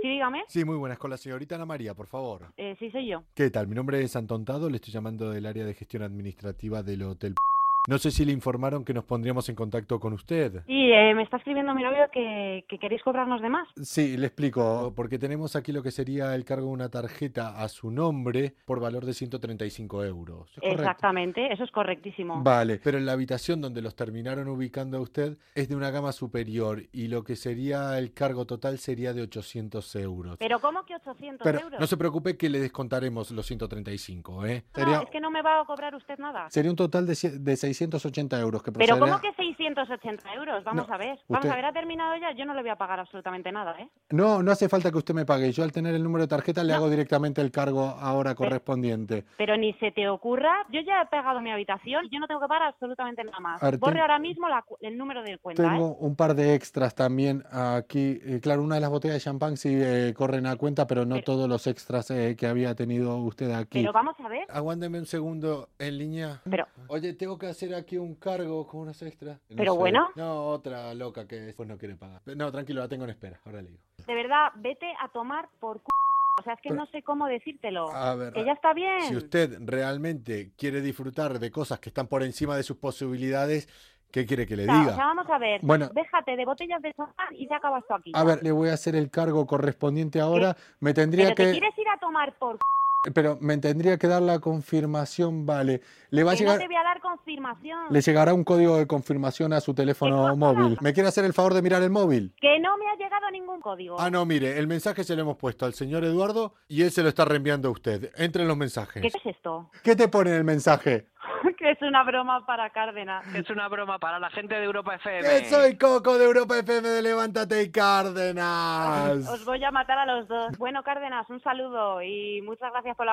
Sí, dígame. Sí, muy buenas. Con la señorita Ana María, por favor. Eh, sí, soy yo. ¿Qué tal? Mi nombre es Antontado, le estoy llamando del área de gestión administrativa del Hotel. No sé si le informaron que nos pondríamos en contacto con usted. Y eh, me está escribiendo mi novio que, que queréis cobrarnos de más. Sí, le explico, porque tenemos aquí lo que sería el cargo de una tarjeta a su nombre por valor de 135 euros. ¿Es correcto? Exactamente, eso es correctísimo. Vale, pero en la habitación donde los terminaron ubicando a usted es de una gama superior y lo que sería el cargo total sería de 800 euros. Pero ¿cómo que 800 Pero euros? no se preocupe que le descontaremos los 135, ¿eh? No, Sería, es que no me va a cobrar usted nada. sería un total de, cie- de 680 euros que Pero procederá- ¿cómo que 680 euros? Vamos No, a ver. Vamos usted- a ver, ha terminado ya. Yo no le voy a pagar absolutamente nada, ¿eh? No, no hace falta que usted me pague. Yo al tener el número de tarjeta le hago directamente el cargo ahora correspondiente. Pero ni se te ocurra. Yo ya he pagado mi habitación. Yo no tengo que pagar absolutamente nada más. A ver, Borre ten- ahora mismo la cu- el número de cuenta, ¿eh? Tengo un par de extras también aquí. Eh, claro, una de las botellas de champán sí eh, corren a cuenta, pero no Pero- todos los extras eh, que había tenido usted aquí. Pero vamos a ver. Aguándeme un segundo en línea. Pero, Oye, tengo que hacer aquí un cargo con unos extras. No Pero bueno. No, otra loca que después no quiere pagar. No, tranquilo, la tengo en espera. Ahora le digo. de verdad, vete a tomar por c... O sea, es que Pero- no sé cómo decírtelo. A ver. Que ya está bien. Si usted realmente quiere disfrutar de cosas que están por encima de sus posibilidades, ¿qué quiere que le O sea, diga? o sea, vamos a ver. Bueno. Déjate de botellas de champán y se acaba esto aquí. A ver, le voy a hacer el cargo correspondiente ahora. Me Pero tendría te que, quieres ir a tomar por c... pero me tendría que dar la confirmación, vale. Le va a Que no llegar, te voy a dar confirmación. le llegará un código de confirmación a su teléfono cosa? móvil. ¿Me quiere hacer el favor de mirar el móvil? Que no me ha llegado ningún código. Ah, no, mire, el mensaje se lo hemos puesto al señor Eduardo y él se lo está reenviando a usted. Entre los mensajes. ¿Qué es esto? ¿Qué te pone en el mensaje? que es una broma para Cárdenas. Es una broma para la gente de Europa FM. Que soy Coco de Europa FM de Levántate y Cárdenas. Pues Os voy a matar a los dos. Bueno, Cárdenas, un saludo y muchas gracias por la